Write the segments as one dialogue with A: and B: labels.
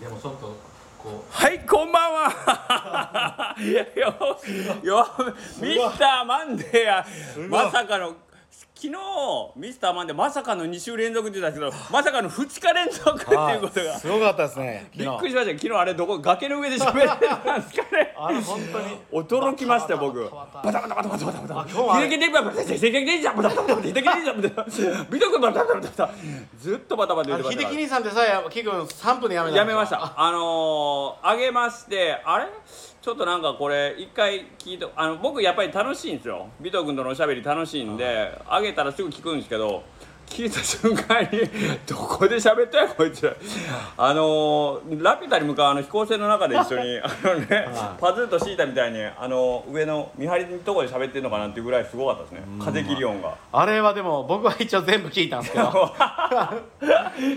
A: でもちょっとこ
B: はい、こんばんは。よ、よ、ミスターマンデーや、
C: ごい
B: まさかの。昨日ミスターマンデーまさかの2週連続って言ってたんですけどまさかの2日連続っていうことが
C: すごかったですね
B: びっくりしました昨日あれどこ崖の上で喋ってたんですかね
A: うあの本当に
B: 驚きましたよ僕
A: バ
B: バ
A: タ
B: タ
A: バ
B: バタバタバタバタバタ
A: あ今日はあ
B: 秀
A: れ
B: 樹レイバーバタバタ秀樹レイジャーバタバタバタ秀樹レイジャーバタバタ美徳バタバタバタバタずっとバタバタ
A: あ
B: 言って
A: の
B: バタバ
A: 秀
B: タ
A: 樹兄さんってさやっぱ結構三分でやめた
B: やめましたあのー、あげましてあれちょっとなんかこれ一回聞いてあの僕やっぱり楽しいんですよ尾藤君とのおしゃべり楽しいんであげたらすぐ聞くんですけど聞いた瞬間に どこで喋ったやこいつあのー、ラピュタに向かうあの飛行船の中で一緒 にあのねパズーとシータみたいにあの上の見張りのとこで喋ってるのかなっていうぐらいすごかったですね風切り音が
A: あれはでも僕は一応全部聞いたんですけど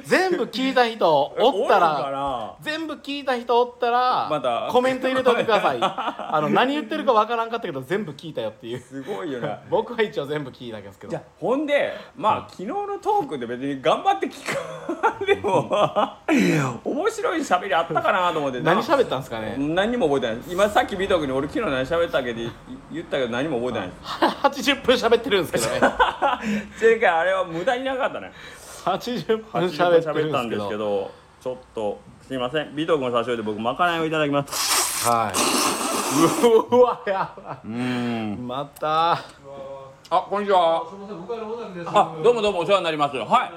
A: 全部聞いた人おった
B: おるんからな
A: 全部聞いた人おったら
B: また
A: コメント入れといてくださいあの何言ってるかわからんかったけど全部聞いたよっていう
B: すごいよね
A: 僕は一応全部聞いたんですけど
B: じゃあほんでまあ昨日のトークで別に頑張って聞かんでも面白い喋りあったかなと思って
A: 何
B: な
A: 喋ったんですかね
B: 何にも覚えてないです今さっき尾藤君に俺昨日何喋ったっけで言ったけど何も覚えてないで
A: 80分喋ってるんですけどね
B: す前回あれは無駄になかったね
A: 80分喋
B: 喋
A: ってる
B: った
A: ん
B: ん
A: で
B: ですす
A: け
B: け
A: ど
B: どちょっとすいません尾藤君の差し置いて僕まかないをいただきます
A: はいうわやば
B: うーん
A: また
B: あこんにちは
D: すみません、僕はローダンです。
B: あどうもどうもお世話になりますはい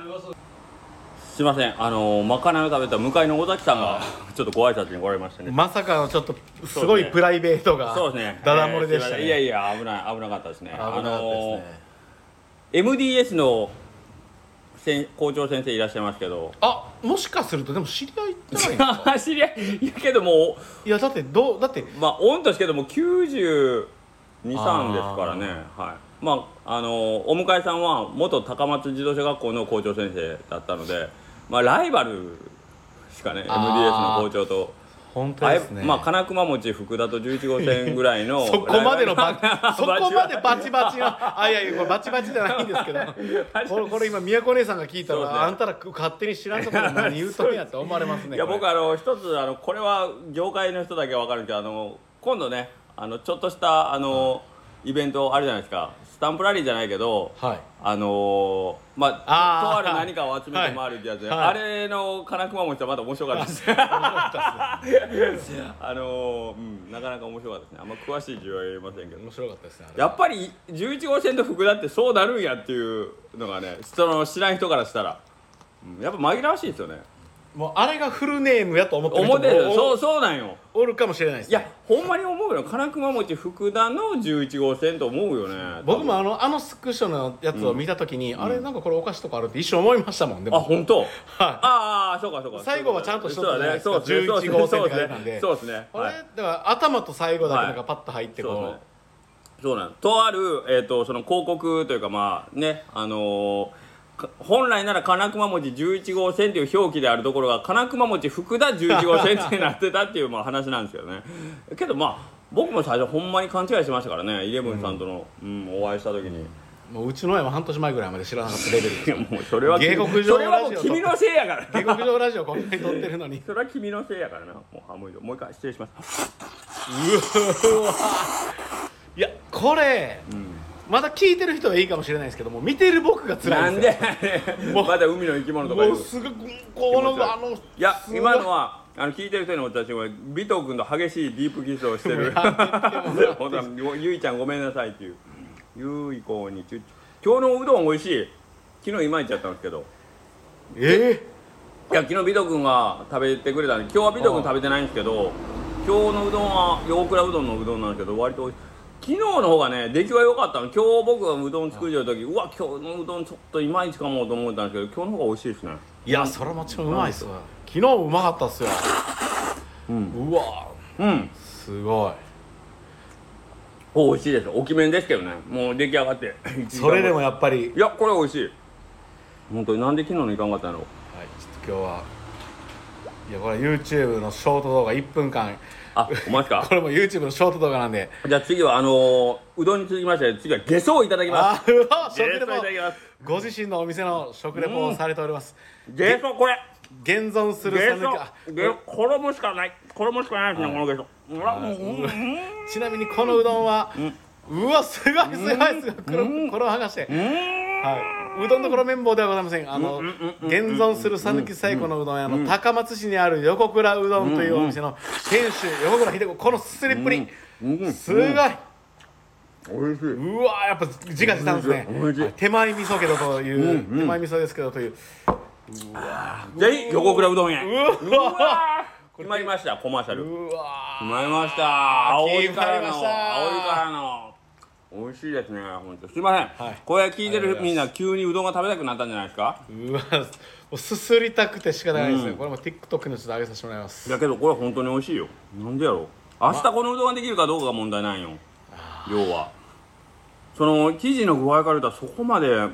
B: すいませんあのまかないを食べた向かいの尾崎さんがちょっとご挨拶に来られましたね
A: まさかのちょっとすごいプライベートが
B: そうですね。
A: ダダ漏れでしたね
B: いやいや危ない危なかったですね。
A: 危なかったですね
B: MDS の先校長先生いらっしゃいますけど。
A: あもしかするとでも知り合いってない
B: 知り合いいやけども
A: いやだってどうだって
B: うまあ御年けども92、3
A: あー
B: ですからね。はい。まああのお迎えさんは元高松自動車学校の校長先生だったので、まあライバルしかね MDS
A: あー
B: の校長と。
A: 本当
B: あ
A: ですね
B: まあ金熊餅福田と11号線ぐらいの
A: そこまでの
B: ライ
A: バ
B: バル
A: そこまでバチバチのあいやいやこれバチバチじゃないんです けどこれこれ今宮子姉さんが聞いたら、
B: そうですね
A: あんたら勝手に知らんところで何言うとんやって思われますね
B: いや僕
A: は
B: あの一つあのこれは業界の人だけわかるんですけどあの今度ねあのちょっとしたあの、イベントあるじゃないですかスタンプラリーじゃないけど、
A: はい
B: あのーまあ
A: あー
B: とある何かを集めて回るってやつね、
A: はいはい
B: あれの金熊餅はまだ面白かったです あのーうん、なかなか面白かったですねあんま詳しい字は言えませんけど
A: 面白かったですねあれ
B: やっぱり11号線と福田ってそうなるんやっていうのがねその知らん人からしたら、うん、やっぱ紛らわしいですよね
A: もうあれがフルネームやと思ってる人
B: 思ってる
A: も
B: そ
A: お
B: うそうなんよ
A: おるかもしれないです
B: い
A: ね
B: やほんまに思うよ金熊餅福田の11号線と思うよね
A: 僕もあのあのスクショのやつを見た時に、あれなんかこれお菓子とかあるって一瞬思いましたもんで
B: あ
A: も
B: 本当。ああそうかそうか
A: 最後はちゃんとしと
B: そう
A: った
B: だね
A: じゃ
B: そ
A: な
B: う
A: い
B: で
A: ですす
B: ね
A: か11号線
B: そ
A: っ
B: う
A: て書いてあるん
B: で
A: です
B: ねそうですね
A: あ
B: はい
A: れだから頭と最後だけなんかパッと入ってこう、
B: はいそうなんとある、えー、とその広告というかまあねあのーか本来なら金熊餅11号線という表記であるところが金熊餅福田11号線ってなってたっていうまあ話なんですけどねけどまあ僕も最初ほんまに勘違いしてましたからねイレブンさんとの、うんお会いした時に、
A: もううちの親は半年前ぐらいまで知らなかったレベ ルです
B: いやもうそれは
A: 下克上
B: それはも
A: ラ
B: う
A: ジオと
B: 君のせいやから
A: 下克上ラジオこんなに撮ってるのに
B: それは君のせいやからなもうハムイドもう一回失礼します
A: いやこれ、まだ聞いてる人はいいかもしれないですけども見てる僕が辛
B: ないん
A: ですよ
B: でまだ海の生き物とかい
A: も
B: る
A: うすぐこ
B: 気持ち悪い
A: のあの
B: いや
A: すごい
B: 今のはあの聞いてる人にも私は尾藤君と激しいディープキスをしてる ほんとにもうゆいちゃんごめんなさいっていうゆい子にちゅっちゅ今日のおうどん美味しい昨日いまいちやったんですけど
A: え
B: いや昨日尾藤君が食べてくれたんで今日は尾藤君食べてないんですけど今日のうどんは洋倉うどんのうどんなんですけど割と美味しい昨日の方がね出来は良かったの今日僕がうどん作りよる時うわ今日のうどんちょっといまいちかもと思ったんですけど今日の方が美味しいですね
A: ーいやそれはもちろんうまいっすわ昨日うまかったっすよ、うんわ
B: うん
A: すご
B: 美味しいです大きめですけどねもう出来上がって
A: いそれでもやっぱり、はい、
B: いやこれ美味しい本当になんで昨日のいかんかったの
A: ちょっと今日はいやこれ YouTube のショート動画1分間
B: あお前っすか
A: これも YouTube のショート動画なんで
B: じゃあ次はあのーうどんに続きまして次はゲソをいただきます
A: あうわ食
B: ゲソ
A: レ
B: いた
A: ポ
B: だきます
A: ご自身のお店の食レポをされております、
B: ゲソこれ
A: 現存する
B: ゲ
A: 讃岐あ
B: ソゲ衣しかない衣しかないですねこのゲソうわもううん
A: ちなみにこのうどんは、うわすごいすごいすごいこれこれを剥がして、はいうどんどころ綿棒ではございませんあの、現存する讃岐最古のうどん屋の高松市にある横倉うどんというお店の店主横倉秀子このすりっぷり、すごい、
B: おいしいう
A: わーやっぱ自家自賛ですね
B: おいしい
A: 手前味噌けどという、手前味噌ですけどという
B: ぜひ横倉うどんへ
A: うわ
B: うわー決まりましたコマーシャル
A: うわ
B: 決まりました青いからの
A: 決まりま
B: 青い
A: した
B: からの美味しいですね本当すいません、
A: はい
B: これ聞いて
A: あり
B: る
A: がとうございます
B: みんな急にうどんが食べたくなったんじゃないですか
A: ーうわもうすすりたくて仕方ないですね、これも TikTok のちょっと上げさせてもらいます
B: だけどこれ本当に美味しいよなんでやろう明日このうどんができるかどうかが問題ないよ要はその生地の具合から言ったらそこまで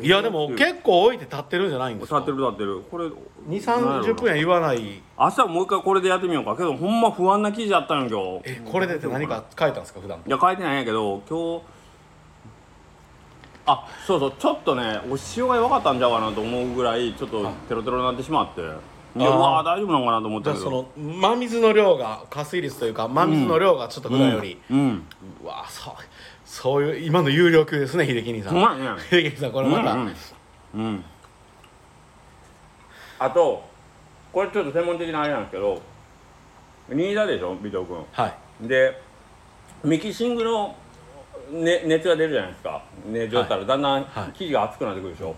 A: いやでも結構置いて立ってるんじゃないんです
B: 立
A: か
B: ってる立ってるこれ
A: 2三3 0分や言わない
B: 明日もう一回これでやってみようかけどほんま不安な生地だったんよ今
A: え
B: 日
A: これでって何か書いたんですか普段
B: いや書いてないんやけど今日あそうそうちょっとねお塩が弱かったんちゃうかなと思うぐらいちょっとテロテロになってしまっていやうわー大丈夫なのかなと思っ
A: じ
B: た
A: ゃあ
B: け
A: そ
B: ど
A: の真水の量が加水率というか真水の量がちょっと普段より、
B: うん
A: うわそうそういう今の有料級ですね秀樹兄さ、
B: うんまいね
A: 秀樹兄さんこれまた、
B: うん、うんうんあとこれちょっと専門的なあれなんですけど新田でしょ尾藤
A: はい
B: 君でミキシングの、ね、熱が出るじゃないですか熱状ったらだんだん
A: はい
B: 生地が熱くなってくるでしょ、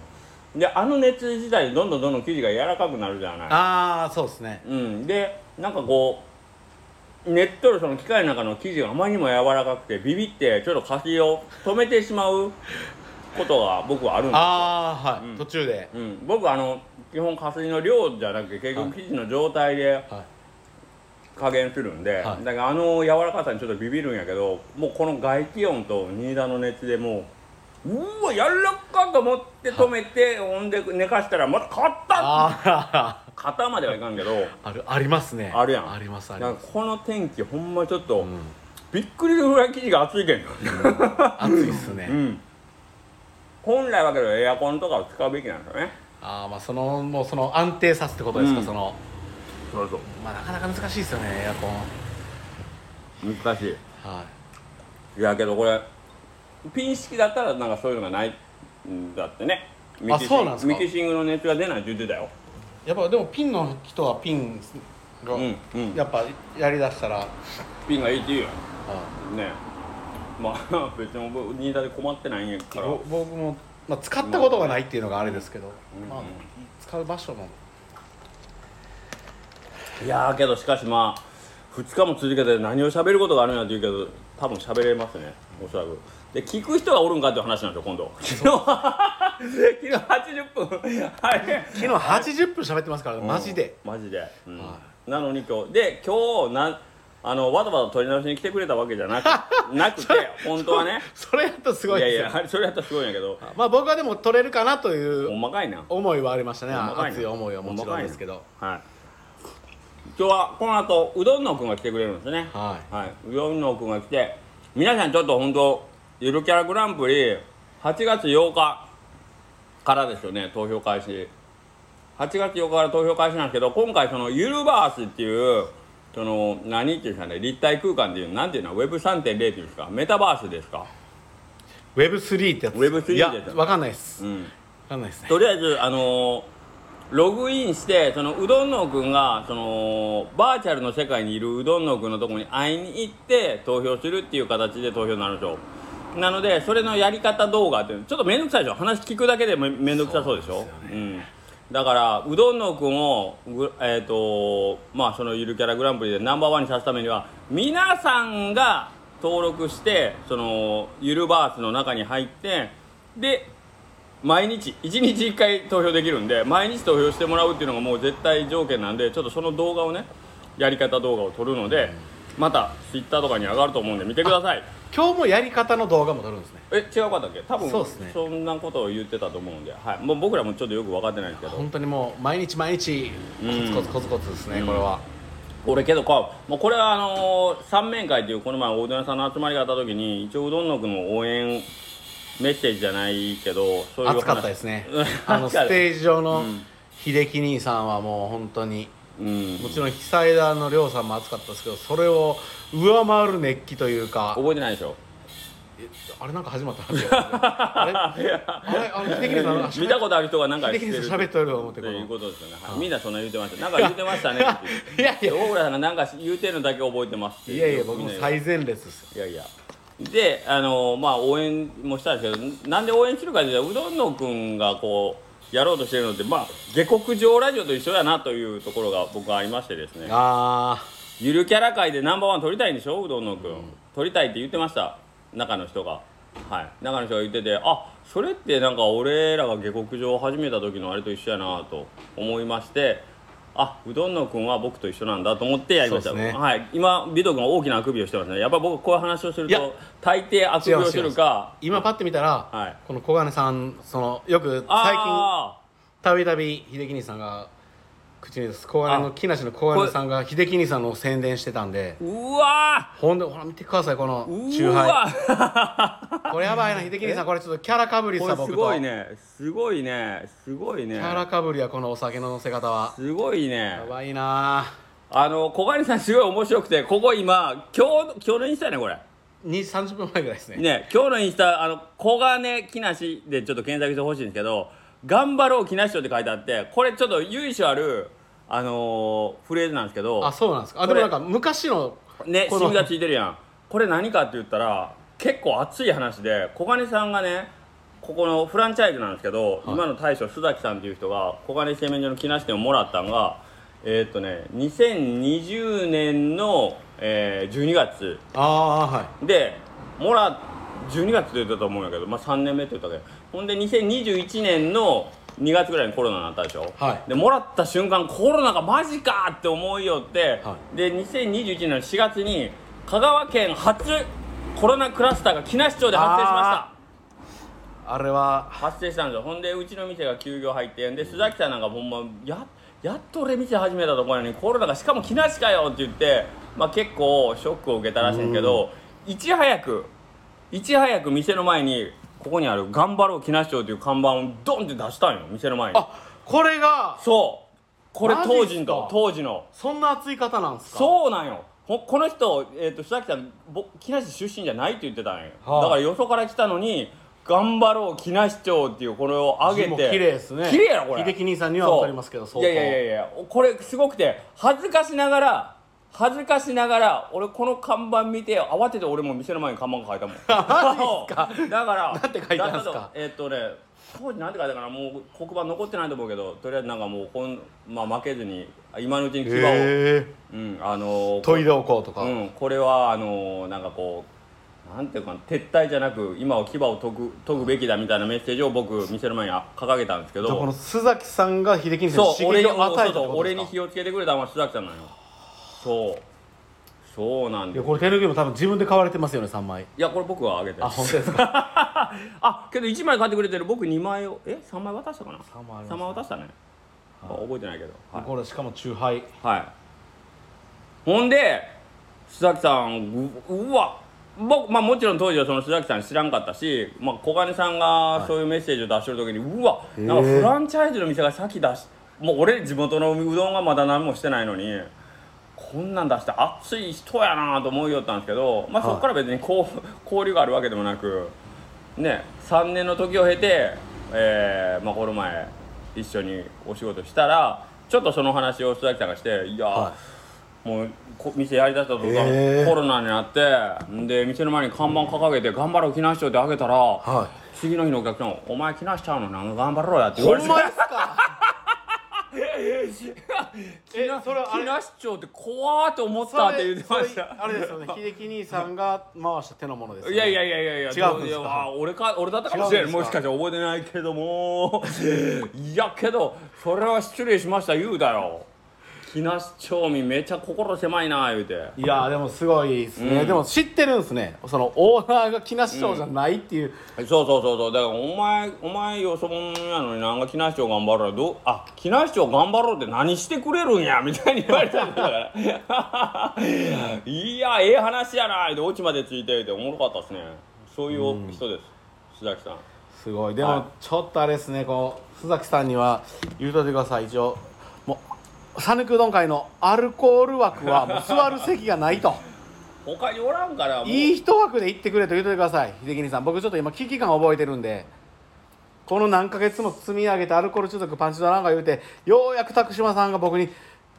B: であの熱自体でどんどんどんどん生地が柔らかくなるじゃない、
A: ああそうですね
B: うん、でなんかこうねっとるその機械の中の生地があまりにも柔らかくてビビってちょっと火を止めてしまうことが僕はあるんですよ
A: ああはい、
B: うん
A: 途中で、
B: うん、僕あの基本加水の量じゃなくて結局生地の状態で
A: は
B: 加減するんで、
A: はい
B: だからあの柔らかさにちょっとビビるんやけどもうこの外気温と新田の熱でもううわ柔らかと思って止めて、ほんで寝かしたらまた買った
A: ああ
B: 型まではいかんけど
A: あるありますね
B: あるやん
A: ありますあ
B: だ
A: り
B: から
A: ます
B: この天気ほんまちょっと、びっくりするぐらい生地が熱いけん
A: 暑いっすね、
B: うん本来はけどエアコンとかを使うべきなんですよね
A: ああまあそのもうその安定さすってことですか、
B: うん
A: その
B: そうそう
A: まあなかなか難しいですよねエアコン
B: 難しい
A: はい
B: いやけどこれピン式だったらなんかそういうのがないんだってねミキシン
A: そうなんですか
B: ミキシングの熱が出ないって言ってたよ
A: やっぱでもピンの人はピンが、
B: うんうん
A: やっぱやりだしたら、
B: ピンがいいって言うよねまあ 別に僕新潟で困ってないんやから
A: ぼ僕も、まあ、使ったことがないっていうのがあれですけど、
B: ん
A: まあ
B: うん、
A: 使う場所も
B: いやーけどしかしまあ2日も続けて何を喋ることがあるんやって言うけど多分喋れますねおそらくで聞く人がおるんかっていう話なんですよ今度昨日 昨日80分あれ
A: 昨日80分喋ってますから、マジで
B: マジで、うん
A: は
B: なのに今日で今日なあのわざわざ取り直しに来てくれたわけじゃ なくなくて本当はね
A: それやったらす
B: い
A: ごい
B: や
A: で
B: い
A: すよ
B: やそれやったらすごいんやけど
A: まあ僕はでも取れるかなとい
B: ほ
A: うん
B: まかいな
A: 思いはありましたね
B: ほんまかいな
A: 熱い思いはもちろんですけど
B: はい今日はこの後うどんのくんが来てくれるんですね
A: は
B: はいうどんのくんが来て皆さんちょっと本当ゆるキャラグランプリ8月8日からですよね投票開始8月8日から投票開始なんですけど今回そのユルバースっていうその何っていうんですかね立体空間っていうなんていうの Web3.0 っていうんですかメタバースですか
A: い Web3 ってやつ
B: Web3 って
A: い
B: や
A: や
B: つ
A: わかんないです
B: う
A: わ
B: ん
A: かんないですね
B: とりあえずあのーログインしてそのうどんのくんがそのバーチャルの世界にいるうどんのくんのとこに会いに行って投票するっていう形で投票になるんですよなのでそれのやり方動画っていうのちょっと面倒くさいでしょ話聞くだけでめ面倒くさそうでしょ
A: そうなん
B: う
A: です
B: ん、だからうどんのくんをぐえっ、とまあそのゆるキャラグランプリでナンバーワンにさすためには皆さんが登録してそのゆるバースの中に入ってで毎日1日1回投票できるんで毎日投票してもらうっていうのがもう絶対条件なんでちょっとその動画をねやり方動画を撮るのでまた Twitter とかに上がると思うんで見てください
A: 今日もやり方の動画も撮るんですね
B: え違うかったっけ多分
A: そ
B: そ,、
A: うっすね
B: んなことを言ってたと思うんで、はい、もう僕らもちょっとよく分かってないですけど
A: 本当にもう毎日毎日
B: うん
A: コツコツコツコツですねこれは
B: 俺けどかもうこれはあのー三面会っていうこの前大谷さんの集まりがあった時に一応うどんのくんの応援メッセージじゃないけどそういう話
A: 暑かったですね
B: うん
A: あのステージ上の秀樹兄さんはもう本当に
B: うん
A: もちろん久枝の亮さんも熱かったですけどそれを上回る熱気というか
B: 覚えてないでしょ
A: えあれなんか始まったはずよあ れあれあの秀樹兄さんあ喋っ
B: 見たことある人がなんか
A: 秀樹
B: る
A: 兄さん喋っとると思って
B: と
A: こ
B: いう
A: の
B: ことですよね、はいみんなそんな言うてましたなんか言うてましたねっていう
A: いやいや
B: 大倉さんがなんか言うてるのだけ覚えてますって
A: いやいや僕
B: みん
A: も
B: な言う
A: 最前列ですよ
B: いやいやであのまあ応援もしたんですけどなんで応援するかというとうどんのくんがこうやろうとしてるのってまあ下克上ラジオと一緒だなというところが僕はありましてですね
A: あ
B: ゆるキャラ界でナンバーワン取りたいんでしょうどんのくん、取りたいって言ってました中の人がはい中の人が言っててあそれってなんか俺らが下克上を始めた時のあれと一緒やなと思いましてあうどんのくんは僕と一緒なんだと思ってやりました、
A: そうですね
B: はい今美瞳君は大きなあくびをしてますねやっぱり僕こういう話をする
A: いや
B: と大抵あくびをするか
A: ー今パッて見たら、
B: はい
A: この小金さんそのよく最近
B: あ
A: たびたび秀樹兄さんが口に出す小金の木梨の小金さんが秀樹兄さんの宣伝してたんで
B: ーうわ
A: ほんでほら見てくださいこの
B: ー
A: チュー
B: う
A: ハ
B: わ
A: イこれやばいな秀樹兄さんこれちょっとキャラかぶ り
B: こ
A: さ
B: れす
A: 僕
B: ご
A: と
B: いねすごいねすごいね
A: キャラかぶりやこのお酒の乗せ方は
B: すごいね
A: やばいな
B: あの小金さんすごい面白くてここ今今日今日のインスタやねこれ
A: 2 3 0分前ぐらいですね
B: ね今日のインスタあの小金木梨でちょっと検索してほしいんですけど「頑張ろう木梨町」って書いてあってこれちょっと由緒あるあのーフレーズなんですけど
A: あそうなんですかあ
B: こ
A: で
B: れ
A: もなんか昔の
B: ね
A: こ
B: シ
A: の
B: ミがついてるやんこれ何かって言ったら結構熱い話で小金さんがねここのフランチャイズなんですけど、今の大将須崎さんっていう人が小金製麺所の木梨店をもらったんがえーっとね2020年の、えー12月
A: ああはい
B: でもら12月って言ってたと思うんやけど、まあ、3年目って言ったけどほんで2021年の2月ぐらいにコロナになったでしょ、
A: はい
B: でもらった瞬間コロナがマジかって思いよって、
A: は
B: で2021年の4月に香川県初コロナクラスターが木梨町で発生しました
A: ああれは
B: 発生したんですよほんでうちの店が休業入ってんで須崎さんなんかほんまややっと俺店始めたところやのにコロナがしかも木梨かよって言って、まあ、結構ショックを受けたらしいんですけど、いち早くいち早く店の前にここにある「頑張ろう木梨町」っていう看板をドンって出したんよ店の前に
A: あこれが
B: そうこれ
A: マジっす
B: 当時の
A: か
B: 当時の
A: そんな熱い方なんですか
B: そうなんよほこの人、えー、と須崎さんぼ木梨出身じゃないって言ってたんよ、
A: はあ
B: だからよそから来たのに「頑張ろう木梨町」っていうこれを上げて
A: 字も綺麗ですね
B: 綺麗やろこれ
A: 秀樹兄さんには
B: そう
A: 分かりますけど相
B: い
A: 当
B: やいやいやいやこれすごくて恥ずかしながら恥ずかしながら俺この看板見て慌てて俺も店の前に看板書いたも んマジっすかだから
A: なんて書いたんす
B: だ
A: か
B: けどえーっとね当時なんて書いたかなもう黒板残ってないと思うけどとりあえずなんかもうこん、まあ、負けずに今のうちに牙を、
A: へえ
B: うんあのー
A: トイレ置こうとか、
B: うん、これはあのなんかこうなんていうかな撤退じゃなく今は牙を研ぐ研ぐべきだみたいなメッセージを僕店の前に掲げたんですけ
A: じゃあこ
B: ど
A: の須崎さんが秀樹に刺
B: そう
A: 激を
B: 俺
A: 与
B: に
A: えたって
B: そう
A: ことですか
B: そう俺に火をつけてくれたのは須崎さんなのよそうそうなん
A: い
B: で
A: や
B: す
A: これ手ぬぐいも多分自分で買われてますよね3枚
B: いやこれ僕はあげてる
A: あ本当ですか
B: あけど1枚買ってくれてる僕2枚をえ三3枚渡したかな
A: 三枚ありますね
B: 三枚渡したね、あ覚えてないけどはい
A: これしかもチューハイ
B: はい、ほんで須崎さんううわ僕、まあ、もちろん当時はその須崎さん知らんかったし、まあ、小金さんがそういうメッセージを出してる時に、うわなんか
A: へえ
B: フランチャイズの店が先出しもう俺地元のうどんはまだ何もしてないのにこんなん出して熱い人やなと思いよったんですけど、まあ、
A: はい
B: そこから別にこう 交流があるわけでもなくね3年の時を経て、えーまあ、この前一緒にお仕事したらちょっとその話を須崎さんがして「いや、
A: は
B: もうこ店やりだしたとか、
A: へー
B: コロナになってんで店の前に看板掲げて「頑張ろう木梨町」ってあげたら、
A: は
B: 次の日のお客さん「お前木梨ちゃうのなんか頑張ろうや」って言わ
A: ほ
B: れて
A: んまで すかえそれあ
B: 木
A: れ
B: 梨町って怖ーって思ったって言ってまし
A: それ
B: た
A: あれですよね秀樹兄さんが回した手のものですよ
B: い
A: ね、
B: やいやいやいやいや
A: 違うんですか
B: いやあ俺か俺だったかもしれない
A: 違うん
B: も
A: で
B: し
A: す
B: か
A: か
B: して覚えてないけどもいやけど それは失礼しました言うだよ木梨町民めっちゃ心狭いな言うて
A: いやでもすごいですね、
B: うん
A: でも知ってるんですねそのオーナーが木梨町じゃないっていう、
B: そうそうそうそうだからお前お前よそ者やのになんか木梨町頑張ろうどうあ木梨町頑張ろうって何してくれるんやみたいに言われたんだから いやええ話やなでオチまでついてておもろかったですねそういう人です、須崎さん
A: すごいで
B: はい
A: もちょっとあれですねこう須崎さんには言うといてください一応もう讃岐うどん会のアルコール枠はもう座る席がないと
B: 他におらんからもう
A: いい一枠で行ってくれと言うといてください秀樹兄さん僕ちょっと今危機感覚えてるんでこの何ヶ月も積み上げてアルコール中毒パンチドランが言うてようやく徳島さんが僕に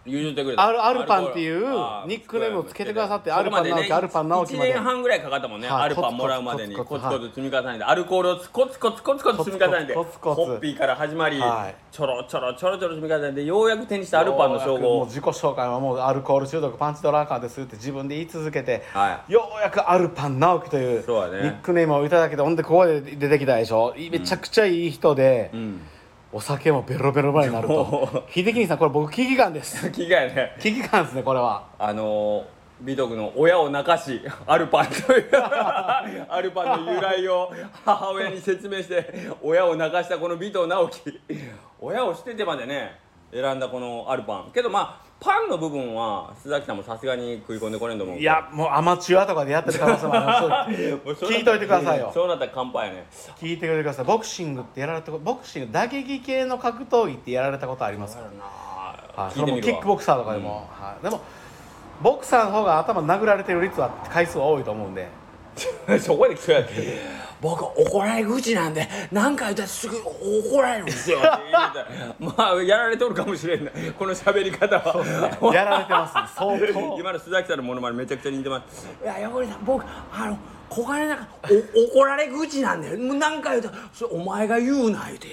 B: 譲ってくれた
A: アルアルパンっていう
B: あー
A: ニックネームをつけてくださって
B: そこまでね
A: アルパン直樹アルパン直樹まで
B: 1年半ぐらいかかったもんね
A: はい
B: アルパンもらうまでに
A: コ
B: コ
A: ツコツ
B: ツ
A: コツ
B: コツ積み重ねてアルコールをコツコツコツコツ積み重ねて
A: コ
B: ホ
A: ツコツコツコツ
B: ッピーから始まり
A: はい
B: ちょろちょろちょろちょろ積み重ねてようやく手にしたアルパンの称
A: もう
B: 号
A: 自己紹介はもうアルコール中毒パンチドランカーですって自分で言い続けて、
B: は
A: ようやくアルパン直樹というニ
B: そうだね
A: ックネームをいただけてほんでここで出てきたでしょめちゃくちゃいい人で、
B: ん
A: お酒もベロベロぐらいになると秀樹兄さんこれ僕危機感 です
B: い気がやね
A: 危機感ですねこれは
B: あのー美徳の親を泣かし アルパンという アルパンの由来を 母親に説明して親を泣かしたこの美藤直樹 親を捨ててまでね選んだこのアルパンけどまあパンの部分は須崎さんもさすがに食い込んでこれんと思う
A: いやもうアマチュアとかでやってる可能性もあ ります聞いといてくださいよ
B: そうなったら乾杯やね
A: 聞いてくれてくださいボクシングってやられたことボクシング打撃系の格闘技ってやられたことありますかはい、
B: 聞いてみるわ
A: キックボクサーとかでも、はい、でもボクサーの方が頭殴られてる率は回数は多いと思うんで
B: そこで来そうやって僕怒られ口なんで何回言ったらすぐ怒られるんですよって言うてた まあやられとるかもしれんないこの喋り方は
A: やられてます相当
B: 今の須崎さんのモノマネめちゃくちゃ似てますいや横井さん僕あの小金なんかお怒られ口なんだよもう何回言うとそれお前が言うな言うて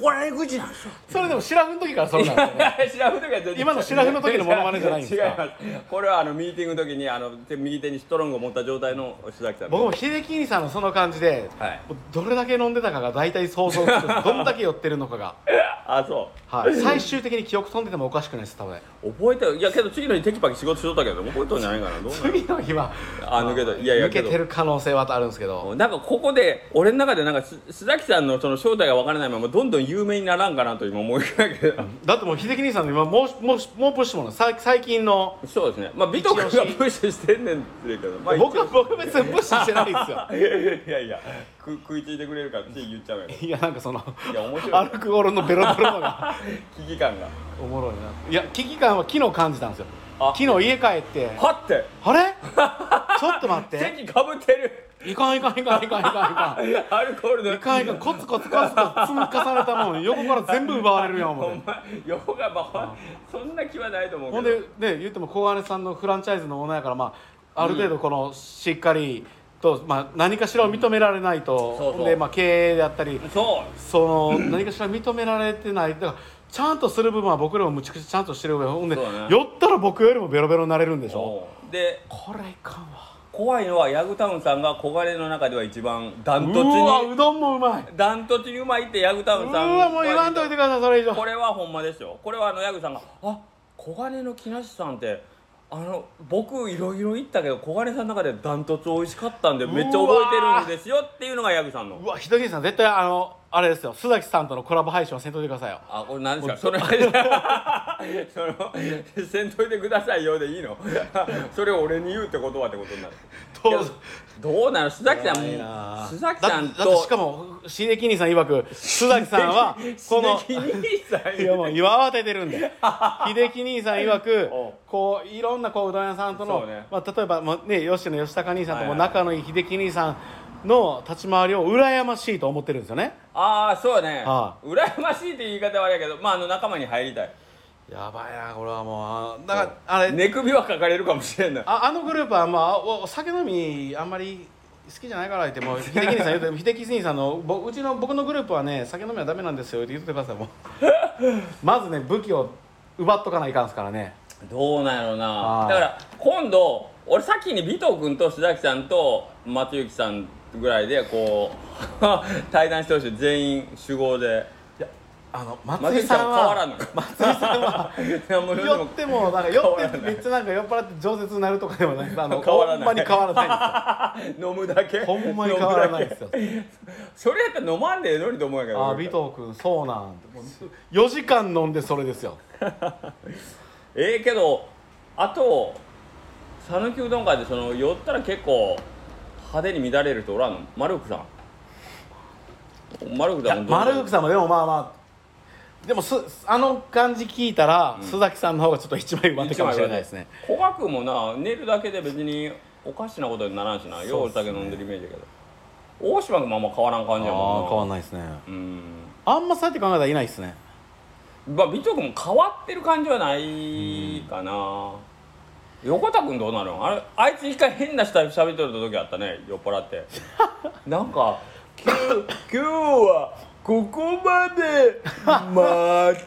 B: 怒られ口なんですよ
A: それでもシラフの時からそうなんですよね
B: 白フの時は全然
A: 今のシラフの時のモノマネじゃないんですか
B: 違いますこれはあのミーティングの時にあの手右手にストロングを持った状態の須崎さん
A: 僕も秀樹兄さんのその感じで、
B: はい
A: もうどれだけ飲んでたかが大体 想像つくどんだけ酔ってるのかが、
B: あそう
A: はい、最終的に記憶飛んでてもおかしくないです多分
B: 覚えてるいやけど次の日テキパキ仕事しとったけど覚えとるんじゃないかなどうな
A: 次の日は
B: あ抜けたいやいや
A: 抜けてる可能性はあるんですけど
B: のなんかここで俺の中でなんかす須崎さんのその正体がわからないままどんどん有名にならんかなと今思いながら
A: だってもう秀樹兄さんの今もうもうもうプッシュものさ最近の
B: そうですねまあ美徳がプ
A: 一押し
B: ッシュしてんねんってけど、まあ、
A: 僕は僕別にプッシュしてないですよ
B: 一応いやいやいやく食いついてくれるからつい言っちゃうやん
A: いやなんかその
B: いや面白い
A: アルコールのベロベロのが
B: 危機感が
A: おもろいないや危機感は昨日感じたんですよ
B: あ
A: 昨日家帰って
B: はって
A: あれちょっと待 って
B: 席かぶってる
A: いかんいかんいかんいかんいかんいかん
B: アルコールの
A: いかんいかんコツコツコツコツ積み重ねたもん横から全部奪われるやん
B: お
A: 思って
B: 前横がまあそんな気はないと思うけど
A: ほんでね言っても小金さんのフランチャイズのオーナーやからまあある程度このしっかりと、まあ、何かしらを認められないと、
B: そうそう
A: ほんで、まあ、経営であったり
B: そう
A: その何かしら認められてないだからちゃんとする部分は僕らもむちゃくちゃちゃんとしてる上ほんで、
B: そうだね
A: 酔ったら僕よりもベロベロになれるんでしょ
B: で
A: これいかんわ
B: 怖いのはヤグタウンさんが小金の中では一番ダン
A: う
B: トツ
A: わう
B: に
A: どんもうまいう
B: ダントツにうまいってヤグタウンさん
A: わもう言わんといてくださいそれ以上
B: これはほんまですよこれはあのヤグさんが「あ小金の木梨さんってあの僕いろいろ行ったけど小金さんの中でダントツ美味しかったんでめっちゃ覚えてるんですよ」っていうのがヤグさんの
A: う。わひとりさん絶対あのあれですよ須崎さんとのコラボ配信はせんといてくださいよ
B: あ、これ何ですかそれ その「せんといてくださいよ」でいいの それを俺に言うってことはってことになる
A: どう
B: いやどうなの須崎さんも
A: いやいいな
B: 須崎さん
A: だだって
B: と
A: しかも秀樹兄さん曰く須崎さんはこ の
B: 秀樹兄さ ん
A: いやもう今慌ててるん で秀樹兄さん曰く
B: おう
A: こういろんなこううどん屋さんと
B: そ
A: の、
B: うね
A: まあ、例えば、まあね、吉野吉高兄さんとも
B: はいはい
A: 仲のいい秀樹兄さんの立ち回りを羨ましいと思ってるんですよね
B: ああそうね、
A: は
B: 羨ましいって言い方はあれやけどまああの仲間に入りたい
A: やばいなこれはもうだからあれ、
B: 寝首はかかれるかもしれんない
A: ああのグループは、まあ、おお酒飲みあんまり好きじゃないから言って もう秀樹兄さん言うて秀樹兄さんのぼうちの僕のグループはね酒飲みはダメなんですよって言ってくだ さいもうまずね武器を奪っとかないかんすからね
B: どうなんやろう
A: は
B: ないだから今度俺先に尾藤君と須崎さんと松幸さんぐらいでこう 対談してほしい全員集合で
A: あの松
B: 松
A: 井
B: 井さ
A: さ
B: ん
A: ん
B: は変わら
A: は
B: んの
A: 松井さんは
B: もうで
A: 酔
B: も
A: ってもなんか酔
B: 変わ
A: っ
B: ら
A: て
B: ない
A: めっちゃなんか酔っ払って饒舌になるとかでもないですあ の
B: 変わらない
A: ほんまに変わらない
B: 飲むだけ
A: ほんまに変わらないですよ
B: 飲むだけそれやったら飲まんでええのにと思うんやけ
A: で す
B: ど
A: あ尾
B: 俺
A: 藤君そうなん4時間飲んでそれですよ
B: ええけどあと讃岐うどん会でその寄ったら結構派手に乱れる人おらんの丸福さん丸福さんもどう
A: 丸福さんもでもまあまあでもすあの感じ聞いたら、須崎さんの方がちょっと一枚上手かもしれないですね
B: 小学もな寝るだけで別におかしなことにならんしなよう酒飲んでるイメージだけど大島君もあんま変わらん感じやもん
A: ああ
B: な
A: 変わん
B: ない
A: ないですね
B: うん
A: あんまそうやって考えたらいないですね
B: まあ美徳も変わってる感じはないかな、横田君どうなるんあれあいつ一回変な下喋っとる時あったね酔っ払ってなんか「きゅ今日はここまでまたねバイ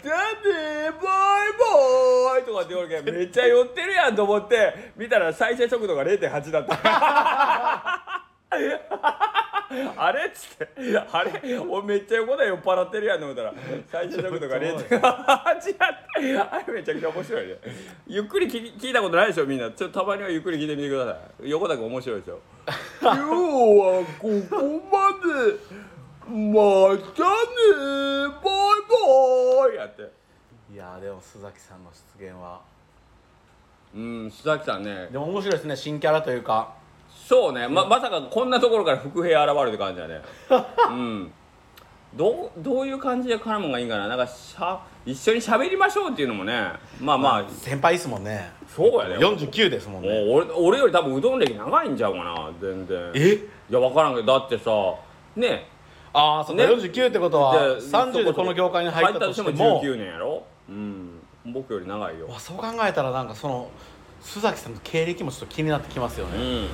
B: バイ」とかって言われてめっちゃ酔ってるやんと思って見たら再生速度が0.8だったあれっつって「あれ俺めっちゃ横田酔っ払ってるやん」と思ったら再生速度 が0.8違ったあれめちゃくちゃ面白いねゆっくり聞き聞いたことないでしょみんなちょっとたまにはゆっくり聞いてみてください横田君面白いですよ今日はここまでまたねバイバイやって
A: いやーでも須崎さんの出現は
B: うん須崎さんね
A: でも面白いですね新キャラというか
B: そうねままさかこんなところから伏兵現れるって感じだ ねうんどうどういう感じで絡むのがいいんかななんかしゃ一緒に喋りましょうっていうのもねまあまあ、
A: 先輩ですもんね
B: そうやね
A: 49ですもん
B: もう
A: ね
B: 俺俺より多分うどん歴長いんちゃうかな全然
A: え
B: いや分からんけどだってさね
A: ああそうか、
B: ね
A: 49ってことは30でこの業界に入ったとしても
B: 19年やろうん僕より長いよ
A: まあそう考えたらなんかその須崎さんの経歴もちょっと気になってきますよね、
B: うん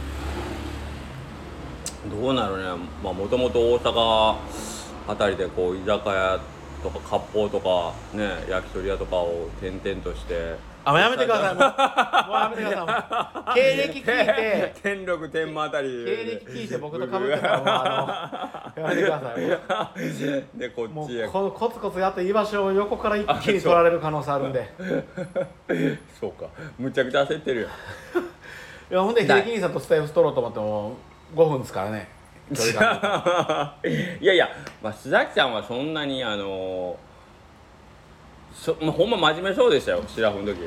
B: どうなるねまあもともと大阪あたりでこう居酒屋とか割烹とかね焼き鳥屋とかを転々として
A: あもうやめてくださいもうもうやめてくだ さいもう経歴聞いて
B: 天禄天満あたり
A: 経歴聞いて僕と被ってたらもうあ のやめてください
B: でこ
A: も
B: っ
A: う
B: ちへ
A: このコツコツやって居場所を横から一気に取られる可能性あるんで
B: そうかむちゃくちゃ焦ってるよ
A: いやほんで秀樹兄さんとスタイフ取ろうと思っても5分ですからね距離感
B: いやいや、まあ、須崎さんはそんなにあのそまあ、ほんま真面目そうでしたよ白穂の時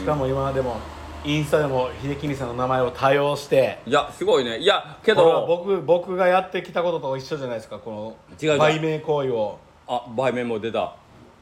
A: しかも今でもインスタでも秀樹兄さんの名前を多用して
B: いやすごいねいやけ
A: これは
B: ど
A: 僕僕がやってきたことと一緒じゃないですかこ
B: 違う違
A: の
B: う
A: 売名行為を
B: あ売綿棒出た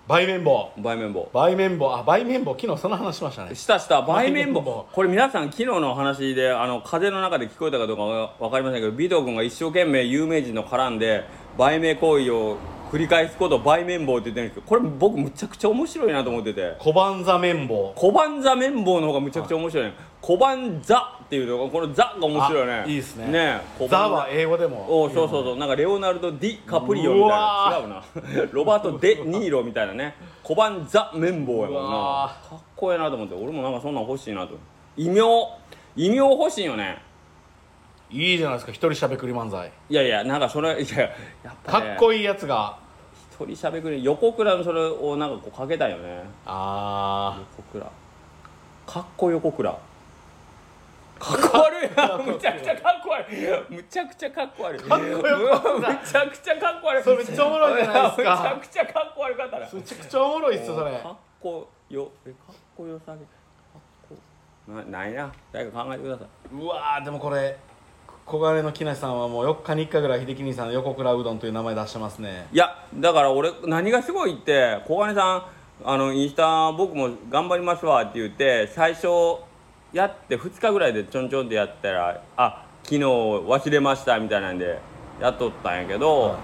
A: 売綿棒
B: 売綿棒
A: 売綿棒あ売綿棒昨日その話しましたね
B: したした
A: 梅
B: 梅
A: 綿
B: 綿
A: 棒
B: 棒これ皆さん昨日のお話であの風の中で聞こえたかどうかは分かりませんけど尾藤君が一生懸命有名人の絡んで売名行為を繰り返すことを梅綿棒って言ってるんですけどこれ僕むちゃくちゃ面白いなと思ってて
A: 小判座綿棒
B: 小判座綿棒の方がむちゃくちゃ面白いね小判座っていうのがこの座が面白いね
A: あいいっすね
B: ね小判
A: 座は英語でも
B: おうそうそうそうなんかレオナルド・ディ・カプリオみたいうな
A: わ
B: 違うな ロバート・デ・ニーロみたいなね小判ザ・綿棒やもん
A: う
B: な
A: わ
B: かっこええなと思って俺もなんかそんなん欲しいなと異名異名欲しいよね
A: いいじゃないですか一人しゃべくり漫才
B: いやいやなんかそれいややっ
A: か
B: ぱ、ね、
A: っこいいやつが
B: 一人しゃべくり横倉のそれをなんかこうかけたいよね
A: あ
B: 横倉かっこ横倉かっこ悪いな むちゃくちゃかっこ悪いむちゃくちゃかっこ悪いかっこよむちゃくちゃかっこ悪い
A: それめっちゃおもろいじゃないですか
B: むちゃくちゃかっこ悪かったな
A: ーめちゃくちゃおもろいっすよそれ
B: かっこよえかっこよさげかっこなないな誰か考えてくださいう
A: わーでもこれ小金の木梨さんはもう4日に1回ぐらい秀樹兄さんの横倉うどんという名前出してますね
B: いやだから俺何がすごいって小金さんあのインスタ僕も頑張りますわって言って最初やって2日ぐらいでちょんちょんってやったらあ昨日忘れましたみたいなんでやっとったんやけど、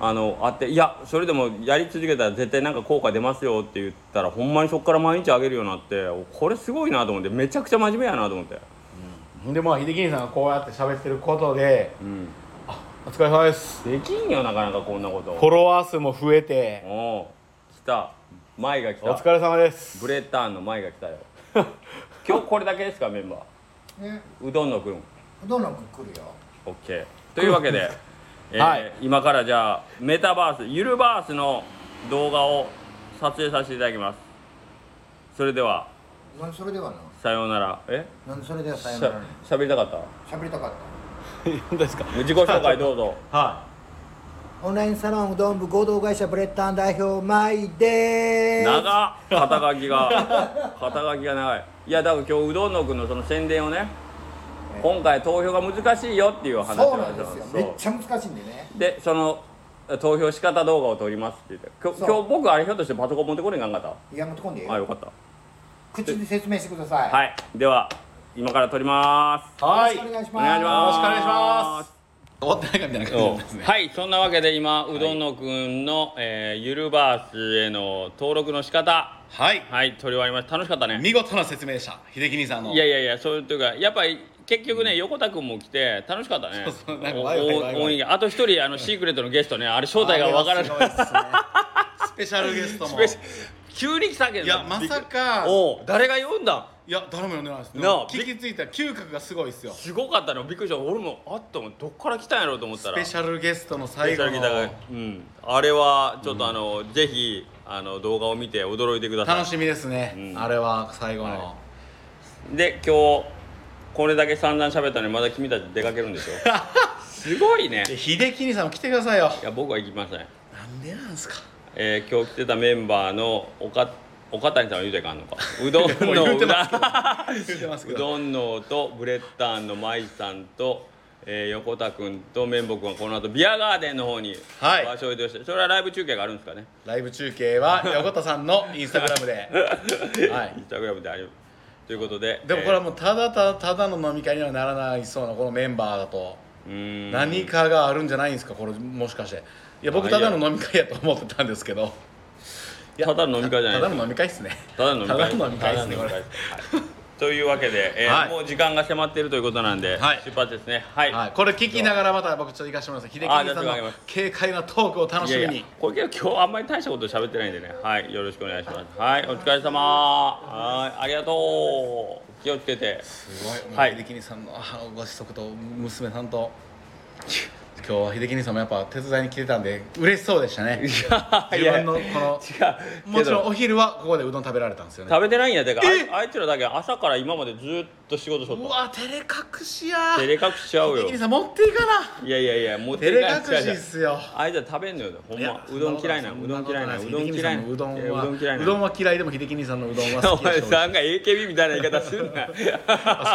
B: あのあっていやそれでもやり続けたら絶対なんか効果出ますよって言ったらほんまにそっから毎日あげるようになってこれすごいなと思ってめちゃくちゃ真面目やなと思って。
A: でまあ秀樹兄さんがこうやって喋ってることで
B: うん
A: お疲れ様です
B: できんよなかなかこんなこと
A: フォロワー数も増えて
B: おう来た前が来
A: お
B: た
A: 疲れ様です
B: ブレッターンの前が来たよ 今日これだけですかメンバ
C: ね、
B: ーうどんのくん
C: どんどん来るよ。
B: オッケーというわけで、えー
A: はい
B: 今からじゃあメタバースゆるバースの動画を撮影させていただきますそれでは
C: なんでそれではな。
B: さようならえ
C: なんでそれではさよ
B: し
C: なら
B: ゃ
C: に。
B: しゃべりたかった
C: 喋りたかっ
A: どうですか
B: 自己紹 介どうぞ
A: は
C: た。オンラインサロンうどん部合同会社ブレッタン代表マイでーす。
B: 長っ肩書きが肩書きが長いいやだから今日うどんのくんのその宣伝をね今回投票が難しいよっていう話
C: そう
B: を
C: なん
B: し
C: で
B: た
C: すよ。
B: そ
C: めっ
B: う
C: ちゃ難しいんでね。
B: でその投票仕方動画を撮りますって言って今日
C: そう
B: 今日僕あれひょっとしてパソコン持ってこれんかんかった
C: いや持ってこんでいい
B: あよかった
C: 口で説明してください、
B: はいでは今から撮ります
E: はい
C: よろしくお願いし
B: お
C: ま
B: 願い
C: す
B: し
E: よ
B: ます
E: ろしくお願いします
A: 終わってないかみたいな感じなんですね
B: はいそんなわけで今うどんのくんの、えーゆるバースへの登録の仕方
A: はい、
B: はい撮り終わりました楽しかったね
A: 見事な説明でした秀樹兄さんの
B: いやいやいやそういうというかやっぱり結局ね、横田君も来て楽しかったね
A: そうそうなんか
B: お
A: ワイワイワイワイ
B: おおいあと一人あのシークレットのゲストねあれ正体がわからない
A: あれはすごいっすねスペシャルゲストも
B: 急に来たけど
A: いやまさか
B: おう誰が呼んだん
A: いや誰も呼んでないですね
B: なあ
A: 聞きついた嗅覚がすごいですよス
B: すごかったのびっくりした俺もあったもんどっから来たんやろうと思ったら
A: ペシャルゲストの
B: スペ
A: 最
B: シャ
A: 後
B: ルギ
A: の
B: ターがうんあれはちょっとあの、ぜひあの動画を見て驚いてください
A: 楽しみですね、
B: うん
A: あれは最後の、
B: はで今日これだけ散々喋ったのにまだ君たち出かけるんでしょすごいね
A: で秀樹兄さんも来てくださいよ
B: いや僕は行きません
A: なんでなんですか
B: えー今日来てたメンバーのおか岡谷さんは言うていかんのかうどん
A: もう言
B: の
A: うて
B: う
A: ます
B: だ
A: 言ってますけ
B: う
A: ど
B: どんのとブレッタンの舞さんと、えー横田君と綿棒君はこの後ビアガーデンの方に
A: はい
B: 場所を移動して、それはライブ中継があるんですかね
A: ライブ中継は横田さんのインスタグラムではい
B: インスタグラムであるということで
A: でもこれは
B: え
A: もうただただただの飲み会にはならないそうなこのメンバーだと
B: ーうーん
A: 何かがあるんじゃないんですかこれもしかしていや僕
B: な
A: た
B: いや
A: だの飲み会やと思ってたんですけどいや
B: ただの飲み会じゃない
A: ただの飲み会っすね
B: ただの飲み会
A: ただの飲み会っすね
B: ただの飲み
A: これ
B: 会はいというわけで、えー
A: はい
B: もう時間が迫っているということなんで、
A: はい
B: 出発ですねはい、
A: はい、これ聞きながらまた僕ちょっと行かしてもらいます秀樹
B: あ
A: 兄さんの
B: じゃあ
A: 軽快なトークを楽
B: い
A: し
B: や
A: みに
B: いやこれけど今日あんまり大したこと喋ってないんでねはいよろしくお願いしますはいお疲れ様はいありがとう気をつけて
A: すごい、
B: は
A: はいい、秀樹兄さんのあのご子息と娘さんと今日は秀樹兄さんもやっぱ手伝いに来てたんで嬉しそうでしたね
B: い
A: 自
B: や
A: 分のこの
B: 違う
A: もちろん
B: けど
A: お昼はここでうどん食べられたんですよね
B: 食べてないんやてかああいつらだけ朝から今までずっと仕事しとっ
A: う
B: た
A: わ照れ隠しや
B: 照れ隠しちゃうよ
A: 秀樹兄さん持っていかない
B: やいやいやもう
A: 照れ隠しっすよ
B: あいつら食べんのよほん
A: いや
B: まうどん嫌いな
A: そ
B: のうんど
A: なんこと
B: 嫌いなの
A: なです
B: うどん嫌いなのいや
A: 秀樹兄さんのうどんはうどん
B: うどん嫌いなの
A: は嫌いでも秀樹兄さんのうどんは好
B: お
A: きで
B: 前
A: しょう
B: さんが AKB みたいな言い方するな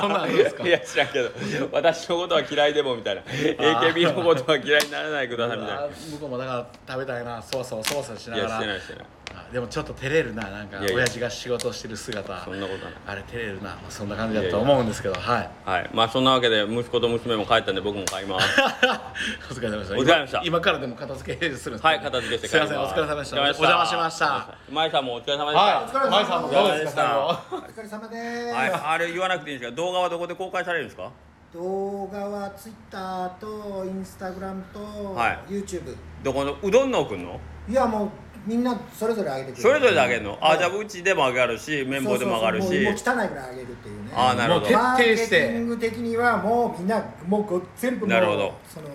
A: そんなんあるんですか
B: いや知らんけど私のことは嫌いでもみたいな AKB のことは嫌いにならないでくださいみたいな
A: あ向こうもだから食べたいなそわそわそわそわしない
B: や
A: が
B: してな
A: ら
B: いしてない
A: あでもちょっと照れるななんか
B: いやいや
A: 親父が仕事してる姿
B: そんなことない
A: あれ照れるな、まあそんな感じだと思うんですけどはい
B: はいまあそんなわけで息子と娘も帰ったんで僕も帰ります
A: お疲れ様でした
B: お疲れ様でした
A: 今今からでも片付けするんですか
B: はい片付けして
A: す
B: 帰
A: い
B: りま
A: ますせんお疲れ様でしたお邪魔しました
B: まいさんもお疲れ様でした、
A: はい
C: お疲れ様でした
A: 舞さんもどうです
B: お疲れ様
A: か
C: お疲れ様でーす、
B: はい、あれ言わなくていいんですけど動画はどこで公開されるんですか
C: 動画はツイッターとインスタグラムと
B: はい
C: YouTube、
B: どこのうどんのくんの
C: い、やもうみんなそれぞれ上げてくれる
B: それぞれであげるの、
C: は
B: あ
C: い
B: じゃあうちでも上がるし綿棒でも上がるし
C: そうそうそうもうもう汚いぐらい上げるっていうね
B: ああなるほど
A: もう
C: マー
A: 徹
C: ケ
A: 底して
C: ティング的にはもうみんなもうご全部もう
B: なるほど
C: その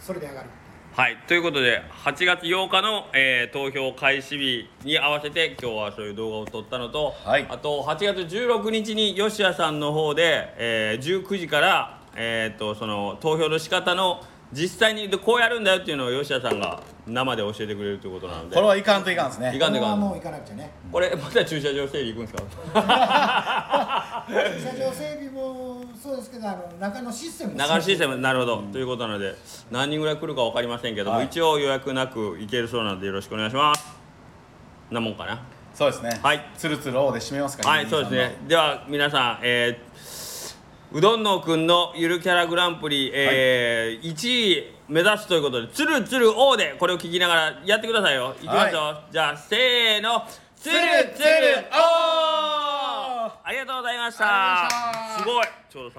C: それで上がる
B: はいということで8月8日の、えー投票開始日に合わせて今日はそういう動画を撮ったのと、
A: はい
B: あと8月16日に吉谷さんの方で、えー19時から、えー、とその投票の仕方の実際にこうやるんだよっていうのを吉谷さんが生で教えてくれるということなので
A: これはいかんといかんです
B: い
A: ね
B: かんとい
C: これ
B: か
C: は
B: ん
C: もう行かなくち ゃね
B: これまた駐車場整理行くんです か
C: 駐車場整備もそうですけどあの中のシステムも
B: 流しシステムなるほど、ということなので何人ぐらい来るか分かりませんけども、
A: はい
B: 一応予約なく行けるそうなのでよろしくお願いしますなもんかな
A: そうですね
B: はい
A: つるつる王で締めますか
B: はい、そうですね。では皆さん、えーうどんのくんのゆるキャラグランプリ、えー1位目指すということで、つるつる王でこれを聞きながらやってくださいよ。いきますよ。じゃあせーの、つるつる王。ありがとうございました。すごい。ちょうど